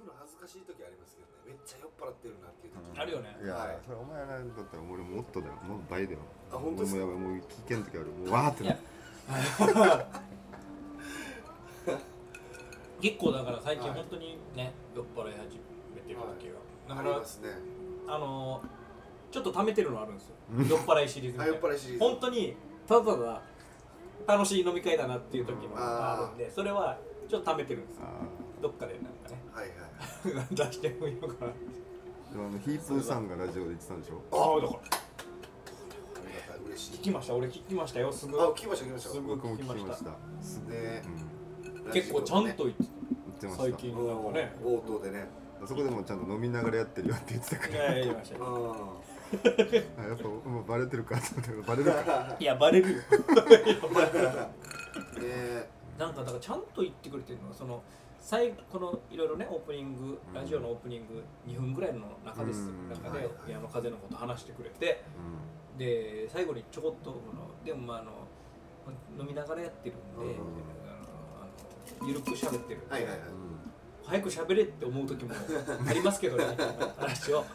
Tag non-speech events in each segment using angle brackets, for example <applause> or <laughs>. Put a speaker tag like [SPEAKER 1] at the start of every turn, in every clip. [SPEAKER 1] るの恥ずかしい時ありますけどねめっちゃ酔っ払ってるなっていう時、
[SPEAKER 2] あるよね
[SPEAKER 3] いや、
[SPEAKER 1] はい
[SPEAKER 3] それお前らだったら俺もっとだよもっと倍だよ
[SPEAKER 1] あ本当ですか
[SPEAKER 3] 俺もやばいもう危険時あるもうわーってなる
[SPEAKER 2] 結構だから最近
[SPEAKER 1] はい
[SPEAKER 2] 本当にね、酔っ払い始めてる時
[SPEAKER 1] あ
[SPEAKER 2] が、だか
[SPEAKER 1] り
[SPEAKER 2] ら
[SPEAKER 1] ますね
[SPEAKER 2] あのーちょっと溜めてるのあるんですよ酔っ払いシリーズみ
[SPEAKER 1] あ
[SPEAKER 2] た
[SPEAKER 1] 酔
[SPEAKER 2] いな
[SPEAKER 1] っ払いシリーズ
[SPEAKER 2] 本当にただただ楽しい飲み会だなっていう時もあるんでそれはちょっと貯めてるんですよ
[SPEAKER 3] あ
[SPEAKER 2] どっかでなんかね
[SPEAKER 1] はいはい
[SPEAKER 2] 出してもいいのかなって
[SPEAKER 3] ーでもあのヒープーさんがラジオで言ってたんでしょ
[SPEAKER 2] ああだから
[SPEAKER 1] ありがたい嬉しい
[SPEAKER 2] 聞きました俺聞きましたよすぐ
[SPEAKER 1] あ聞きました聞きまし
[SPEAKER 2] すごい
[SPEAKER 3] 僕も聞きましたす
[SPEAKER 1] たね
[SPEAKER 3] うん
[SPEAKER 2] 結構ちゃんと言って
[SPEAKER 3] 言って
[SPEAKER 2] た
[SPEAKER 3] ました
[SPEAKER 2] 最近なんかね
[SPEAKER 1] 冒頭でね
[SPEAKER 3] そこでもちゃんと飲みながらやってるよって言ってたか
[SPEAKER 2] い
[SPEAKER 3] ら
[SPEAKER 2] やいや言いましたよ <laughs>
[SPEAKER 1] う
[SPEAKER 3] あ <laughs> やっぱもうバレてるかと思ってバレるか
[SPEAKER 2] いやバレるよ
[SPEAKER 1] んね
[SPEAKER 2] なんかだからちゃんと言ってくれてるのはその最後このいろいろねオープニングラジオのオープニング2分ぐらいの中です
[SPEAKER 3] うん
[SPEAKER 2] 中
[SPEAKER 1] はい
[SPEAKER 2] で
[SPEAKER 1] はい
[SPEAKER 2] 山風のこと話してくれて
[SPEAKER 3] う
[SPEAKER 2] で最後にちょこっとこのでもまああの飲みながらやってるん
[SPEAKER 1] う
[SPEAKER 2] で、
[SPEAKER 1] ん
[SPEAKER 2] あのゆるく喋ってるんで、
[SPEAKER 1] はいはいはい
[SPEAKER 3] んうん
[SPEAKER 2] 早く喋れって思う時
[SPEAKER 1] <laughs>
[SPEAKER 2] もありますけどね話を、はい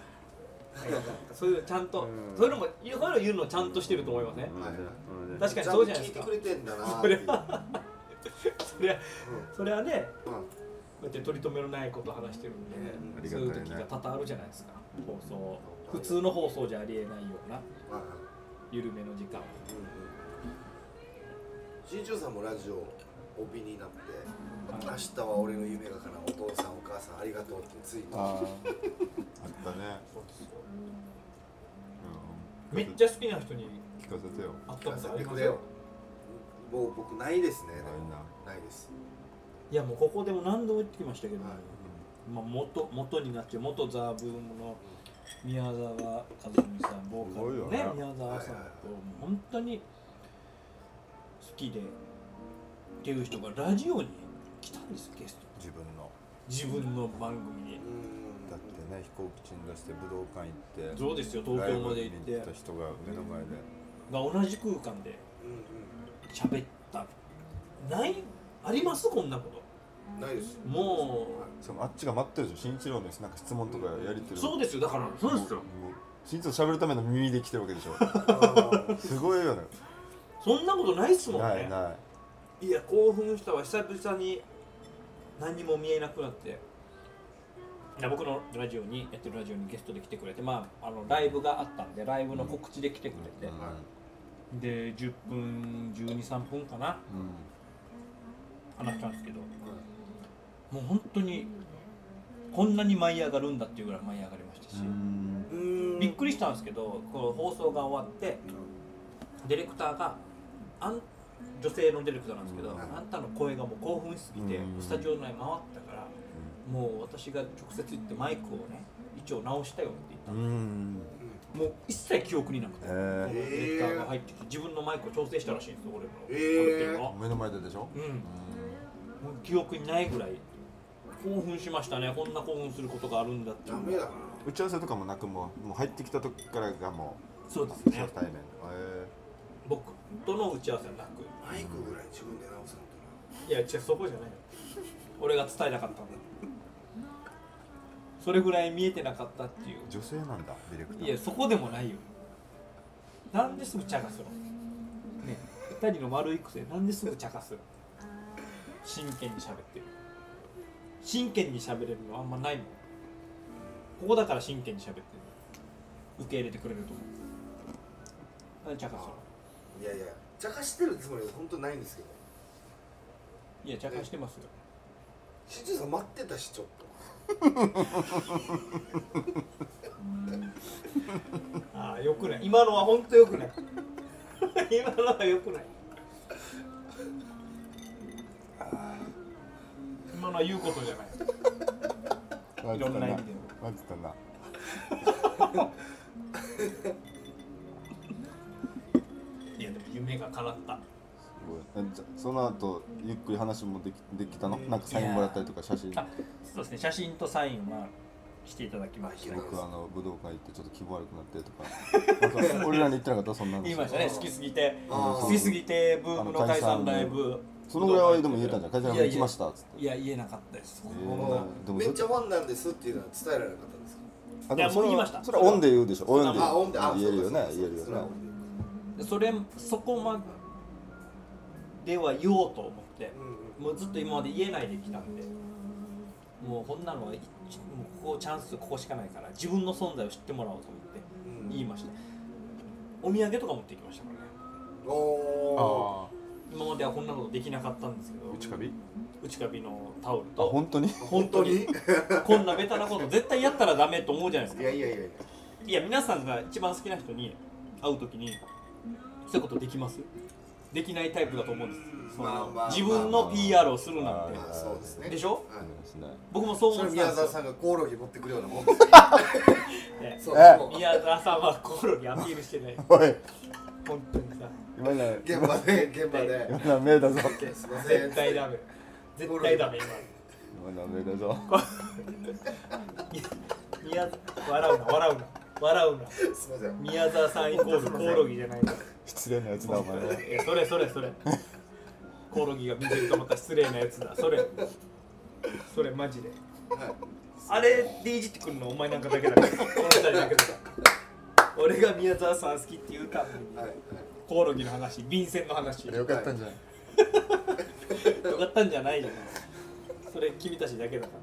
[SPEAKER 2] なんかそういうちゃんと、
[SPEAKER 3] うん
[SPEAKER 2] そういうのもそういうの言うのちゃんとしてると思いません、
[SPEAKER 3] うん
[SPEAKER 1] はいはい
[SPEAKER 3] うん
[SPEAKER 2] 確かにそうじゃない
[SPEAKER 1] 聞い
[SPEAKER 2] です
[SPEAKER 1] て
[SPEAKER 2] か
[SPEAKER 1] くれてんだな
[SPEAKER 2] <laughs>
[SPEAKER 1] っていう
[SPEAKER 2] それはそれはね
[SPEAKER 1] うんうん
[SPEAKER 2] だって取り留めのないこと話してるんで、
[SPEAKER 1] うん
[SPEAKER 3] ありが
[SPEAKER 2] そ
[SPEAKER 3] た
[SPEAKER 2] う
[SPEAKER 3] いね
[SPEAKER 2] いう時が多々あるじゃないですか放送普通の放送じゃありえないような
[SPEAKER 1] はいはい
[SPEAKER 2] 緩めの時間
[SPEAKER 1] 新庄さんもラジオ帯になって「明日は俺の夢が叶うお父さんお母さんありがとう」ってついて
[SPEAKER 3] あーあったね、うん、
[SPEAKER 2] めっちゃ好きな人に
[SPEAKER 3] 聞かせてよ
[SPEAKER 2] 会っ
[SPEAKER 1] 聞
[SPEAKER 2] た
[SPEAKER 1] か
[SPEAKER 2] こ
[SPEAKER 1] せ
[SPEAKER 2] とあ
[SPEAKER 1] て
[SPEAKER 2] り
[SPEAKER 1] く
[SPEAKER 2] ます
[SPEAKER 1] れ
[SPEAKER 2] よ
[SPEAKER 1] よもう僕ないですね
[SPEAKER 3] ないない
[SPEAKER 1] です
[SPEAKER 2] いやもうここでも何度も言ってきましたけど、
[SPEAKER 1] はい
[SPEAKER 2] まあ、元元になっちゃう元ザ・ブームの宮沢和美さんボーカルのね
[SPEAKER 3] すごいよね
[SPEAKER 2] 宮沢さん
[SPEAKER 1] はいはい
[SPEAKER 2] ともう本当に好きでっていう人がラジオに来たんですゲスト
[SPEAKER 4] 自分の
[SPEAKER 2] 自分の番組に
[SPEAKER 1] うん
[SPEAKER 4] だってね飛行機沈出して武道館行って
[SPEAKER 2] そうですよ東京まで行って
[SPEAKER 4] ライブ見に行った人が目の前で
[SPEAKER 2] が同じ空間で
[SPEAKER 1] うん
[SPEAKER 2] 喋ったないありますこんなこ
[SPEAKER 1] うんないです
[SPEAKER 2] とも
[SPEAKER 4] しかもあっちが待ってるでしょ新一郎のなんか質問とかやりて
[SPEAKER 2] う
[SPEAKER 4] る
[SPEAKER 2] そうですよだからそうですよ
[SPEAKER 4] もう新一郎喋るための耳で来てるわけ
[SPEAKER 2] <laughs>
[SPEAKER 4] でしょすごいよね
[SPEAKER 2] そんなことないっすもんね
[SPEAKER 4] ないない
[SPEAKER 2] いや興奮したわ久々に何も見えなくなっていや僕のラジオにやってるラジオにゲストで来てくれてまああのライブがあったんでライブの告知で来てくれて、で10分123分かな話したんですけどもう本当にこんなに舞い上がるんだっていうぐらい舞い上がりましたし、
[SPEAKER 4] うん
[SPEAKER 1] うん
[SPEAKER 2] びっくりしたんですけどこの放送が終わってディレクターがあん女性のディレクターなんですけど、
[SPEAKER 4] うん
[SPEAKER 2] あんたの声がもう興奮しすぎて、
[SPEAKER 4] うん
[SPEAKER 2] スタジオ内回ったから、もう私が直接行ってマイクをね一応直したよって言った
[SPEAKER 4] う
[SPEAKER 2] の、
[SPEAKER 4] ん
[SPEAKER 2] もう一切記憶になくて、
[SPEAKER 4] へ
[SPEAKER 2] このデ
[SPEAKER 4] え
[SPEAKER 2] ィレクターが入ってきて自分のマイクを調整したらしいんですよ俺の
[SPEAKER 1] えー
[SPEAKER 2] 喋ってるの、
[SPEAKER 4] 目の前ででしょ
[SPEAKER 2] うん
[SPEAKER 4] う
[SPEAKER 2] もう記憶にないぐらい興奮しましたねこんな興奮することがあるんだってい
[SPEAKER 1] ダ
[SPEAKER 2] う
[SPEAKER 1] メだなん
[SPEAKER 4] 打ち合わせとかもなくもうもう入ってきた時からがも
[SPEAKER 2] そう
[SPEAKER 4] う
[SPEAKER 2] です
[SPEAKER 4] 初
[SPEAKER 2] ね
[SPEAKER 4] 対面へえ
[SPEAKER 2] 僕との打ち合わせはなく
[SPEAKER 1] マイクぐらい自分で直さんとない
[SPEAKER 2] や違うそこじゃないよ俺が伝えなかったんだそれぐらい見えてなかったっていう
[SPEAKER 4] 女性なんだディレクター
[SPEAKER 2] いやそこでもないよなんですぐ茶化すのね二人の悪い癖なんですぐ茶化すの真剣に喋ってる真剣に喋れるのあんまないもんここだから真剣に喋ってる受け入れてくれると思うなんで茶化すの
[SPEAKER 1] いやいや茶化してるつもりは本当ないんですけど
[SPEAKER 2] いや茶化してますよ
[SPEAKER 1] 新庄さん待ってたしちょっと
[SPEAKER 2] ああよくない今のは本当よくない <laughs> 今のはよくない今のは言うことじゃない
[SPEAKER 4] い
[SPEAKER 2] ろんな意味で
[SPEAKER 4] なんつったんだ
[SPEAKER 2] いやでも夢が叶った
[SPEAKER 4] えじゃその後ゆっくり話もできできたのなんかサインもらったりとか写真
[SPEAKER 2] あそうですね写真とサインをまあしていただきました
[SPEAKER 1] あいけ
[SPEAKER 4] 僕あの武道館行ってちょっと気分悪くなってとかなんか俺らに言ってなかったそんなの
[SPEAKER 2] 言いましたね好きすぎて
[SPEAKER 1] あー
[SPEAKER 2] 好きすぎてブームの解散ライ
[SPEAKER 4] あの
[SPEAKER 2] ブ
[SPEAKER 4] そのぐらいはでも言えたんじゃん梶原さん行きましたっつって
[SPEAKER 2] いや言えなかったです、
[SPEAKER 4] え
[SPEAKER 1] も
[SPEAKER 4] ー
[SPEAKER 1] う
[SPEAKER 4] でも
[SPEAKER 1] めっちゃ
[SPEAKER 4] そ
[SPEAKER 1] ファンなんですっていうのは伝えられなかったんですか
[SPEAKER 4] あで
[SPEAKER 2] いやもう言いました
[SPEAKER 4] それはオンで言うでしょオンで
[SPEAKER 1] あ、オンで、あ、
[SPEAKER 4] 言える
[SPEAKER 1] そ
[SPEAKER 4] よね
[SPEAKER 1] うか
[SPEAKER 4] 言えるよ
[SPEAKER 1] そうか
[SPEAKER 4] ね
[SPEAKER 2] でそれそこまでは言おうと思って
[SPEAKER 1] それはオンでうんうん
[SPEAKER 2] もうずっと今まで言えないできたんでもうこんなのは一もうここチャンスここしかないから自分の存在を知ってもらおうと思って
[SPEAKER 1] うん
[SPEAKER 2] 言いましたお土産とか持ってきましたからね
[SPEAKER 1] おー
[SPEAKER 3] あ
[SPEAKER 2] 今まではこんなことできなかったんですけ
[SPEAKER 3] あ
[SPEAKER 2] ど
[SPEAKER 3] 内カビ
[SPEAKER 2] 内カビのタオル
[SPEAKER 4] あ
[SPEAKER 2] と
[SPEAKER 4] 本当に
[SPEAKER 2] 本当に <laughs> こんなベタなこと絶対やったらダメと思うじゃないです
[SPEAKER 1] い
[SPEAKER 2] か
[SPEAKER 1] やいやいやいや
[SPEAKER 2] いや皆さんが一番好きな人に会うときに一言できますできないタイプだと思うんですその
[SPEAKER 1] まあまあまあ
[SPEAKER 2] 自分の PR をするなんて
[SPEAKER 1] まあそうですね
[SPEAKER 2] でしょ
[SPEAKER 1] はい
[SPEAKER 4] ですね
[SPEAKER 2] 僕もそう
[SPEAKER 1] そ
[SPEAKER 2] 思っ
[SPEAKER 1] れ
[SPEAKER 2] てたん
[SPEAKER 1] 宮沢
[SPEAKER 2] ですよ
[SPEAKER 1] さんがコオロギ持ってくるようなもんですね
[SPEAKER 2] ね
[SPEAKER 1] そう
[SPEAKER 4] え
[SPEAKER 1] もう
[SPEAKER 2] 宮沢さんはコロにアピールしてない
[SPEAKER 4] おい
[SPEAKER 2] 本当にさ
[SPEAKER 4] 今な
[SPEAKER 1] 現場で現場で
[SPEAKER 4] 今な目だぞ
[SPEAKER 1] すいません
[SPEAKER 2] 絶対ダメ絶対ダメ
[SPEAKER 4] 今な目だぞ
[SPEAKER 2] 今宮笑うな笑うな笑うな
[SPEAKER 1] すいません
[SPEAKER 2] 宮沢さんイコールコオロギじゃないの
[SPEAKER 4] 失礼なやつだお前は
[SPEAKER 2] えそれそれそれコオロギが見てると思ったら失礼なやつだそれそれマジで、あれでいじってくるのお前なんかだけだからこの二人だけだから俺が宮沢さん好きっていうために
[SPEAKER 1] はいはい
[SPEAKER 2] コオロギの話便箋の話
[SPEAKER 3] よかったんじゃない
[SPEAKER 2] よかったんじゃないじゃないそれ君たちだけだか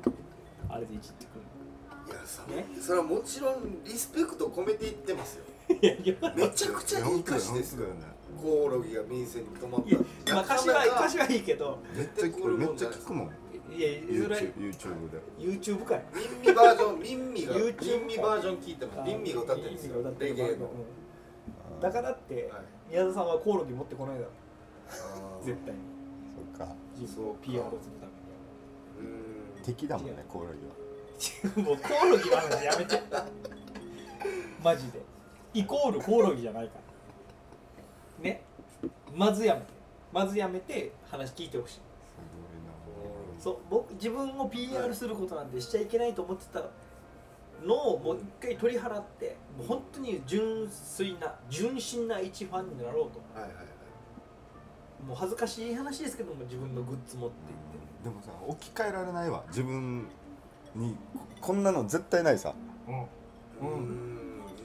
[SPEAKER 2] らあれでいじってく
[SPEAKER 1] いやさ
[SPEAKER 2] ね
[SPEAKER 1] それはもちろんリスペクト込めて言ってますよ <laughs>
[SPEAKER 2] るいやいや
[SPEAKER 1] めちゃくちゃいい歌詞
[SPEAKER 3] 本
[SPEAKER 1] です
[SPEAKER 3] 当だ
[SPEAKER 1] よ
[SPEAKER 3] よね
[SPEAKER 1] コオロギが民生に止まっ
[SPEAKER 2] いや
[SPEAKER 1] た
[SPEAKER 2] まあ歌詞は歌詞
[SPEAKER 1] は
[SPEAKER 2] はいいけど
[SPEAKER 3] めっちゃ聞くめっちゃ聞くもん
[SPEAKER 2] いやいずれ
[SPEAKER 3] YouTube, YouTube で
[SPEAKER 2] YouTube かい
[SPEAKER 1] ミンミバージョンミンミが
[SPEAKER 2] YouTube
[SPEAKER 1] ミンミバージョン聞いてますミンミが歌ってるんです
[SPEAKER 2] ミンミ
[SPEAKER 1] よ
[SPEAKER 2] が歌って
[SPEAKER 1] レ
[SPEAKER 2] る
[SPEAKER 1] ゲエの
[SPEAKER 2] うんだからって、
[SPEAKER 1] はい
[SPEAKER 2] 宮田さんはコオロギ持ってこないだろ
[SPEAKER 1] あー
[SPEAKER 2] 絶対に
[SPEAKER 4] そっか
[SPEAKER 2] 自分を PR をするために
[SPEAKER 1] うーん
[SPEAKER 4] 敵だもんねコオロギは
[SPEAKER 2] <laughs> もうコオロギの話やめて <laughs> マジでイコールコオロギじゃないからねまずやめてまずやめて話聞いてほしい
[SPEAKER 3] すごいな
[SPEAKER 2] そう僕自分を PR することなんてしちゃいけないと思ってたのをもう一回取り払ってもう本当に純粋な純真な一ファンになろうと
[SPEAKER 1] はいはいはい
[SPEAKER 2] もう恥ずかしい話ですけども自分のグッズ持っていって
[SPEAKER 4] でもさ置き換えられないわ自分にこんなの絶対ないさ
[SPEAKER 2] うん
[SPEAKER 1] ん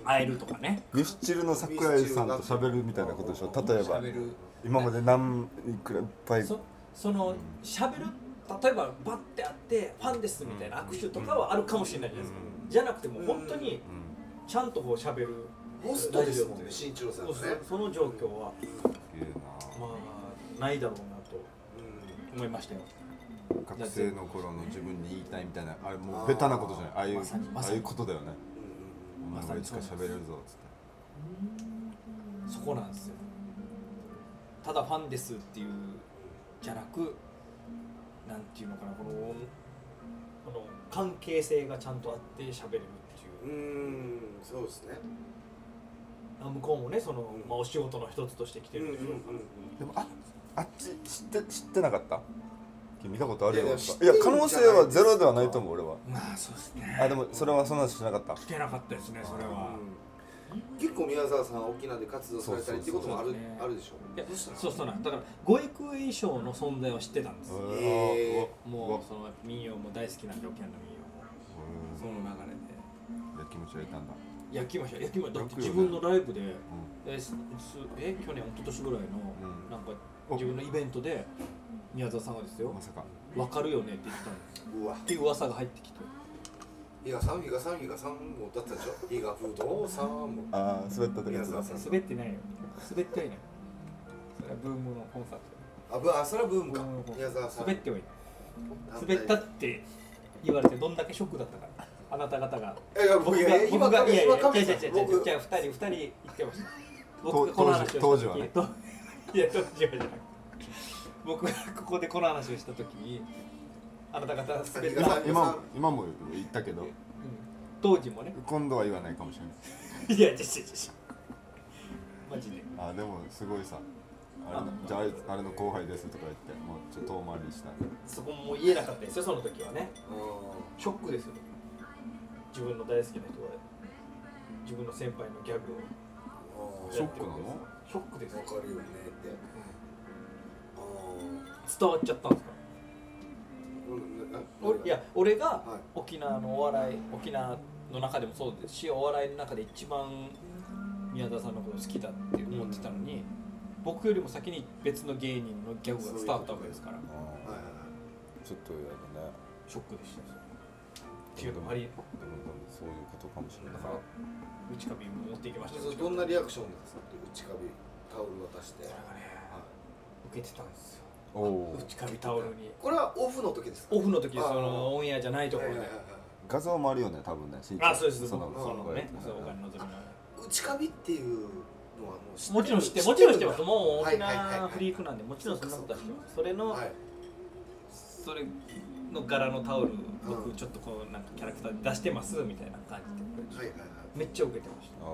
[SPEAKER 2] 会えるとかね
[SPEAKER 4] ミスチルの桜井さんと喋るみたいなことでしょ例えば
[SPEAKER 2] 喋る
[SPEAKER 4] 今まで何いくらいっぱい
[SPEAKER 2] そその喋る例えばバッて会ってファンですみたいな握手とかはあるかもしれないじゃないですか、
[SPEAKER 1] う
[SPEAKER 2] じゃなくてもう本当
[SPEAKER 4] う
[SPEAKER 2] に
[SPEAKER 4] ん
[SPEAKER 2] ちゃんとこう喋る、
[SPEAKER 1] ホストですもんね新一郎さん
[SPEAKER 2] そう
[SPEAKER 1] ね
[SPEAKER 2] そうその状況は
[SPEAKER 4] すげえ
[SPEAKER 2] まあないだろうなと
[SPEAKER 1] うん
[SPEAKER 2] 思いましたよ
[SPEAKER 3] 学生の頃の自分に言いたいみたいなあれも
[SPEAKER 1] あー
[SPEAKER 3] うベタなことじゃないああいう、
[SPEAKER 2] まさにま
[SPEAKER 4] な
[SPEAKER 2] さ
[SPEAKER 4] あ
[SPEAKER 2] に
[SPEAKER 4] あいうことだよねお
[SPEAKER 2] ま
[SPEAKER 4] 前
[SPEAKER 2] さ
[SPEAKER 4] がい
[SPEAKER 2] に
[SPEAKER 4] つ
[SPEAKER 2] そう
[SPEAKER 4] か
[SPEAKER 2] なんです
[SPEAKER 4] 喋れるぞっつって
[SPEAKER 2] そこなんですよただファンですっていうじゃなくなんていうのかなこのこの関係性がちゃんとあって喋れるっていう
[SPEAKER 1] うんうんそうですね
[SPEAKER 2] あ向こうもねその、まあ、お仕事の一つとして来てるんでしょうから、
[SPEAKER 4] でもああっち知って知ってなかった見たことあるよ
[SPEAKER 1] いやいや
[SPEAKER 4] とか
[SPEAKER 1] 知って
[SPEAKER 4] い
[SPEAKER 1] る
[SPEAKER 4] や
[SPEAKER 1] んじゃ
[SPEAKER 4] 可
[SPEAKER 1] ない
[SPEAKER 4] 能性はゼロではないと思う俺は
[SPEAKER 2] まあそうですね
[SPEAKER 4] あでもそれはそんなのしなかった
[SPEAKER 2] 来てなかったですねそれは、
[SPEAKER 1] うん結構宮沢さんは沖縄で活動されたりってこともある
[SPEAKER 2] そうそうそう
[SPEAKER 1] あるでしょ
[SPEAKER 2] いやそうそうなんだから五育衣装の存在は知ってたんですよ、
[SPEAKER 1] え
[SPEAKER 2] もうその民謡も大好きなんで沖縄の民謡もその流れで
[SPEAKER 3] やきもち焼いたんだ
[SPEAKER 2] いやきましたいやきましただって
[SPEAKER 3] よく
[SPEAKER 2] 自
[SPEAKER 3] よね
[SPEAKER 2] 分のライブで、えすすえ去年一昨年ぐらいの、
[SPEAKER 3] うん
[SPEAKER 2] なんか
[SPEAKER 3] お
[SPEAKER 2] 自分のイベントで宮沢さんがですよ
[SPEAKER 3] まさか
[SPEAKER 2] 「分かるよね」って言ってたんです
[SPEAKER 1] う
[SPEAKER 2] よ
[SPEAKER 1] わ
[SPEAKER 2] っていう噂が入ってきて
[SPEAKER 1] いや三比が三比が三もだったでしょ比が不動三も
[SPEAKER 4] ああ滑ったってやつ
[SPEAKER 1] 宮沢
[SPEAKER 4] だ
[SPEAKER 1] さん
[SPEAKER 2] 滑ってないよ滑ってはいないそれはブームのコンサート
[SPEAKER 1] あぶあそれはブームか
[SPEAKER 2] ブームのコンサ
[SPEAKER 1] 宮沢
[SPEAKER 2] ー
[SPEAKER 1] さ
[SPEAKER 2] ト
[SPEAKER 1] ん
[SPEAKER 2] 滑ってはいない滑ったって言われてどんだけショックだったかあなた方が
[SPEAKER 1] えいや僕
[SPEAKER 2] 僕
[SPEAKER 1] い
[SPEAKER 2] が
[SPEAKER 1] や今
[SPEAKER 2] 僕がいやい
[SPEAKER 1] 今
[SPEAKER 2] や
[SPEAKER 1] 神
[SPEAKER 2] 違う違
[SPEAKER 1] 様
[SPEAKER 2] う違う違う
[SPEAKER 1] 僕
[SPEAKER 2] 違う二人二人言ってました
[SPEAKER 4] と
[SPEAKER 2] 僕がこの話をした時
[SPEAKER 4] 当時はね
[SPEAKER 2] といや当時はじゃなくて僕がここでこの話をした時にあなた方が滑っ
[SPEAKER 1] さ
[SPEAKER 2] た、
[SPEAKER 1] ん
[SPEAKER 3] 今も今も言ったけど
[SPEAKER 2] 当時もね
[SPEAKER 3] 今度は言わないかもしれない
[SPEAKER 2] いや違う違う違うマジで
[SPEAKER 3] あーでもすごいさあれ
[SPEAKER 2] あ
[SPEAKER 3] のじゃああいつあれの後輩ですとか言ってもうちょっと遠回りした
[SPEAKER 2] そこも言えなかったですよその時はね
[SPEAKER 1] う
[SPEAKER 2] ショックですよ自分の大好きな人が自分の先輩のギャグ
[SPEAKER 1] ん
[SPEAKER 2] を
[SPEAKER 1] うん
[SPEAKER 3] ショックなの
[SPEAKER 2] ショックですよ
[SPEAKER 1] わかるよねってあ
[SPEAKER 2] 伝わっちゃったんですかおいや俺が
[SPEAKER 1] はい
[SPEAKER 2] 沖縄のお笑い沖縄の中でもそうですしお笑いの中で一番宮田さんのこと好きだって思ってたのに、僕よりも先に別の芸人のギャグが伝わったわけですから
[SPEAKER 1] はいはいはい
[SPEAKER 4] ちょっとやだね
[SPEAKER 2] ショックでしたよっていうのもあ
[SPEAKER 4] で
[SPEAKER 2] り
[SPEAKER 4] もそういうことかもしれない
[SPEAKER 2] だから内上も持っていきましたよ
[SPEAKER 1] それどんなリアクションですか内カビタオル渡して、
[SPEAKER 2] これがね
[SPEAKER 1] はい
[SPEAKER 2] 受けてたんですよ
[SPEAKER 4] おお
[SPEAKER 2] 内上タオルに
[SPEAKER 1] これはオフの時ですか
[SPEAKER 2] オフの時です
[SPEAKER 1] あー
[SPEAKER 2] そのオンエアじゃないところで、
[SPEAKER 1] はいはいはいは
[SPEAKER 4] 画像もあるよね多分ね
[SPEAKER 2] あそうです
[SPEAKER 4] そ
[SPEAKER 2] そ
[SPEAKER 4] の
[SPEAKER 2] のそのね
[SPEAKER 4] はい
[SPEAKER 2] そうお金のぞみの
[SPEAKER 1] い内カビっていうのはもう知ってる
[SPEAKER 2] もちろん知ってもちろん知ってます
[SPEAKER 1] る
[SPEAKER 2] もう
[SPEAKER 1] はい
[SPEAKER 2] 沖
[SPEAKER 1] はいはいは
[SPEAKER 2] 縄
[SPEAKER 1] い
[SPEAKER 2] フリークなんでもちろんそんなことは知ってますそれの、
[SPEAKER 1] はい
[SPEAKER 2] それの柄のタオル僕
[SPEAKER 1] うん
[SPEAKER 2] ちょっとこうなんかキャラクターで出してますみたいな感じ
[SPEAKER 1] はいはい
[SPEAKER 2] で
[SPEAKER 1] はい
[SPEAKER 2] めっちゃ受けてまし
[SPEAKER 4] あ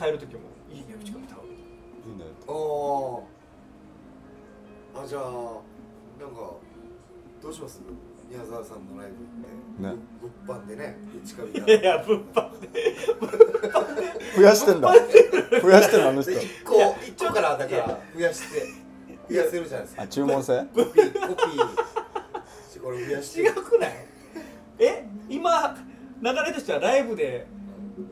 [SPEAKER 2] た帰る時も「いいねうちかみタオル」
[SPEAKER 4] ーいいね
[SPEAKER 2] <laughs>
[SPEAKER 1] おーあじゃあなんかどうします宮沢さんのライブで
[SPEAKER 4] ね
[SPEAKER 1] ぶ物販でね内カビが
[SPEAKER 2] いやいや物販で
[SPEAKER 4] 増やしてんだ増やしてるあの人
[SPEAKER 1] で一個一個からだから増やして増やせるじゃないですか
[SPEAKER 4] あ注文
[SPEAKER 2] <laughs>
[SPEAKER 4] 制
[SPEAKER 1] コピーコピーこれ増やして
[SPEAKER 2] 違くないえ今流れとしてはライブで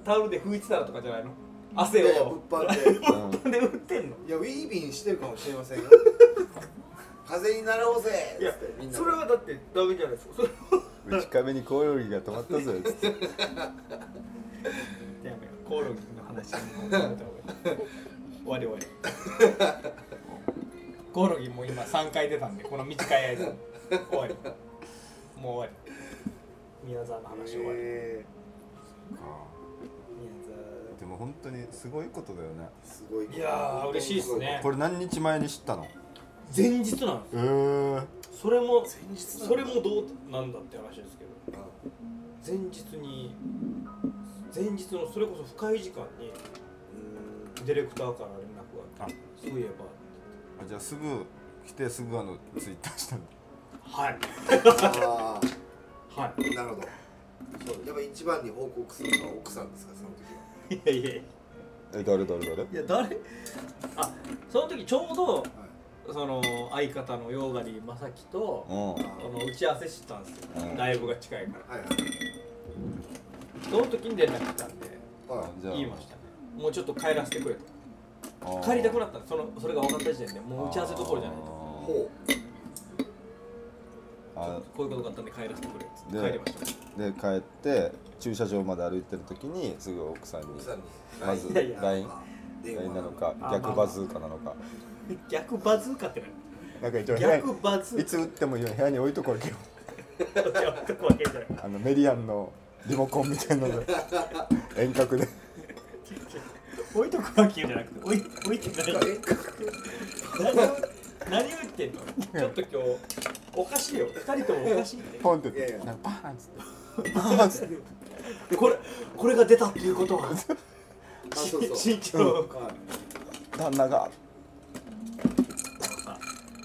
[SPEAKER 2] タオルで拭いてたらとかじゃない
[SPEAKER 1] い
[SPEAKER 2] の
[SPEAKER 1] やい
[SPEAKER 2] 汗
[SPEAKER 1] や
[SPEAKER 2] を
[SPEAKER 1] 物販で
[SPEAKER 4] うん
[SPEAKER 2] 物販で売ってんの
[SPEAKER 1] いやウィービンしてるかもしれませんよ風になろうぜっつってみんなで
[SPEAKER 2] だってダメじゃないですかそれは
[SPEAKER 4] 内壁にコオロギが止まったぜつって
[SPEAKER 2] やめようコオロギの話はもうやめた方がいい終わり終わりコオロギも今3回出たんでこの短い間終わりもう終わり宮沢の話終わり、
[SPEAKER 1] え
[SPEAKER 4] でも本当にすごいことだよね
[SPEAKER 1] ーすごい
[SPEAKER 2] 宮沢いやー嬉しいですね
[SPEAKER 4] これ何日前に知ったの
[SPEAKER 2] 前日なんで
[SPEAKER 4] えー、
[SPEAKER 2] すそれも
[SPEAKER 1] 前日
[SPEAKER 2] それもどうなんだって話ですけど
[SPEAKER 1] あ
[SPEAKER 2] 前日に前日のそれこそ深い時間に
[SPEAKER 1] う
[SPEAKER 2] ディレクターから連絡があってそういえば
[SPEAKER 4] あじゃあすぐ来てすぐあのツイッターしたの
[SPEAKER 2] はい
[SPEAKER 1] ーんあ
[SPEAKER 2] はい
[SPEAKER 1] ーなるほど
[SPEAKER 2] そう
[SPEAKER 1] やっぱ一番に報告するのは奥さんですかその時は
[SPEAKER 2] ですいやいやいや
[SPEAKER 4] え誰誰誰
[SPEAKER 2] いや誰 <laughs> あその時ちょうどその相方のヨーガリー正樹と
[SPEAKER 4] うん
[SPEAKER 2] その打ち合わせしてたんですよ
[SPEAKER 4] うん
[SPEAKER 2] ライブが近いか
[SPEAKER 1] はいはい
[SPEAKER 2] らその時に連絡来たんで
[SPEAKER 1] はいは
[SPEAKER 4] あじゃあ
[SPEAKER 2] 言いましたねもうちょっと帰らせてくれと
[SPEAKER 4] あー
[SPEAKER 2] 帰りたくなったのそのそれが分かった時点でもう打ち合わせどころじゃないと
[SPEAKER 1] い
[SPEAKER 4] と
[SPEAKER 1] ほ
[SPEAKER 4] あ
[SPEAKER 2] こういうことがあったんで帰らせてくれっつって
[SPEAKER 4] で
[SPEAKER 2] 帰りました
[SPEAKER 4] で帰って駐車場まで歩いてる時にすぐ奥さんに
[SPEAKER 1] う奥さんに
[SPEAKER 4] まず
[SPEAKER 2] いやいや
[SPEAKER 4] LINE
[SPEAKER 1] あ電話
[SPEAKER 4] LINE なのか
[SPEAKER 2] あ
[SPEAKER 4] 逆バズーカなのか
[SPEAKER 2] 逆バズーカって
[SPEAKER 4] な
[SPEAKER 2] な
[SPEAKER 4] んか一応部屋に
[SPEAKER 2] 逆バズ
[SPEAKER 4] い
[SPEAKER 2] ー
[SPEAKER 4] つ打ってもいいように部屋に置いとこうよ
[SPEAKER 2] カってわけじゃない
[SPEAKER 4] <laughs> あのメリアンのリモコンみたいなので遠隔で
[SPEAKER 2] 置いとくわけじゃなくて置い置いてない
[SPEAKER 1] え
[SPEAKER 2] 何を何を言ってんのちょっと今日おかしいよ二人ともおかしいって
[SPEAKER 4] ポンって
[SPEAKER 1] いやいや
[SPEAKER 4] なんかバーンっつってバーンっつって
[SPEAKER 2] でこれこれが出たっていうことは
[SPEAKER 1] あそう
[SPEAKER 2] <laughs>
[SPEAKER 1] そう
[SPEAKER 2] 新一郎
[SPEAKER 1] はい
[SPEAKER 4] 旦那が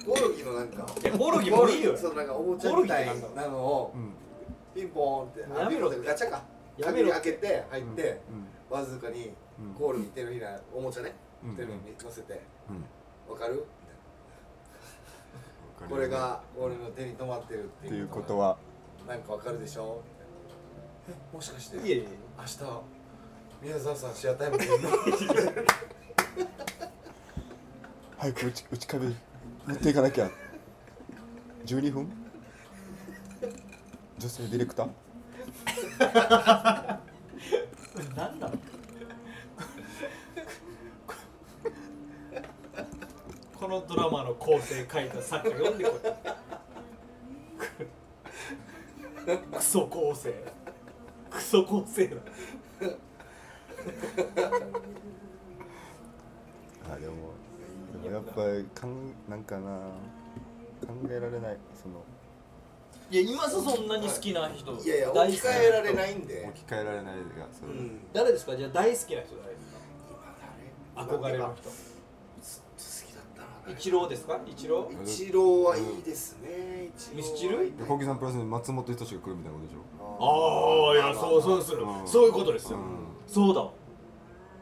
[SPEAKER 1] コオロギのなんか
[SPEAKER 2] いやコオロギもいいよ
[SPEAKER 1] そのなんかおもちゃみたいなのを
[SPEAKER 4] うん
[SPEAKER 1] ピンポーンってあ
[SPEAKER 2] やめろ
[SPEAKER 1] ピンポンってガチャか
[SPEAKER 2] やめろ
[SPEAKER 1] 鍵開けて入っ
[SPEAKER 4] うん
[SPEAKER 1] て
[SPEAKER 4] うん
[SPEAKER 1] わずかに
[SPEAKER 4] うん
[SPEAKER 1] コオロギ手のひらおもちゃね
[SPEAKER 4] うん
[SPEAKER 1] 手のひらに乗せて
[SPEAKER 4] うん
[SPEAKER 1] わかるこれが俺の手に止まってる
[SPEAKER 4] っ
[SPEAKER 1] ってて
[SPEAKER 4] い
[SPEAKER 1] いうう
[SPEAKER 4] ことは
[SPEAKER 1] なんかわかるでしょえもしかして
[SPEAKER 2] いやいや
[SPEAKER 1] 明日宮沢さんシアタイムでいい
[SPEAKER 2] <laughs>
[SPEAKER 1] の
[SPEAKER 4] 早く内内壁に持っていかなきゃ12分女性ディレクター
[SPEAKER 2] 何なのこのドラマの構成書いた作家読んでこいクソ構成クソ構成だ
[SPEAKER 4] あでもでもやっぱりかんなんかな考えられないその
[SPEAKER 2] いや今さそんなに好きな人
[SPEAKER 1] いやいや
[SPEAKER 2] 大
[SPEAKER 1] 置
[SPEAKER 2] 好
[SPEAKER 1] き
[SPEAKER 2] き
[SPEAKER 1] 換えられないんで
[SPEAKER 4] 置き換えられないがそれ、
[SPEAKER 1] うん
[SPEAKER 2] 誰ですかじゃあ大好きな人誰ですか
[SPEAKER 1] 今誰
[SPEAKER 2] 憧れの
[SPEAKER 1] ずっ
[SPEAKER 2] 人
[SPEAKER 1] と好きだったな誰
[SPEAKER 2] 一郎ですか一郎
[SPEAKER 1] 一郎はいいですね。
[SPEAKER 2] ミス
[SPEAKER 1] 一
[SPEAKER 2] チ
[SPEAKER 1] 郎は
[SPEAKER 2] ル
[SPEAKER 1] いいね。
[SPEAKER 4] で小木さんプラスに松本人志が来るみたいなことでしょ
[SPEAKER 2] ああいやそうそううする、
[SPEAKER 4] うん
[SPEAKER 2] そういうことですよ、
[SPEAKER 4] うん
[SPEAKER 2] そうだわ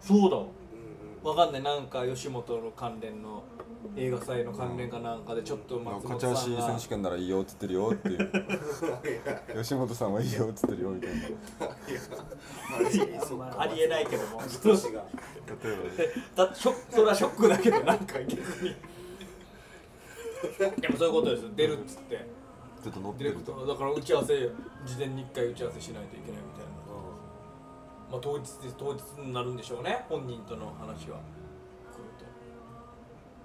[SPEAKER 2] そうだわ
[SPEAKER 1] うんうん
[SPEAKER 2] わかんないなんか吉本の関連の映画祭の関連かなんかでちょっと
[SPEAKER 4] なん
[SPEAKER 2] 松
[SPEAKER 4] か
[SPEAKER 2] 本
[SPEAKER 4] 勝ち足
[SPEAKER 2] さんが
[SPEAKER 4] 選手権ならいいよって言ってるよっていう吉本さんはいいよって言ってるよみたいな
[SPEAKER 2] ありえないけど
[SPEAKER 4] <laughs>
[SPEAKER 2] も
[SPEAKER 1] 女子が
[SPEAKER 4] 例えば
[SPEAKER 2] だってショックそれはショックだけどなんか逆にでもそういうことです出るっつって
[SPEAKER 4] ちょっと乗って
[SPEAKER 2] ディレ
[SPEAKER 4] る
[SPEAKER 2] クタ
[SPEAKER 4] と
[SPEAKER 2] ーだから打ち合わせ事前に一回打ち合わせしないといけないみたいなまあ当日で当日になるんでしょうね本人との話は来ると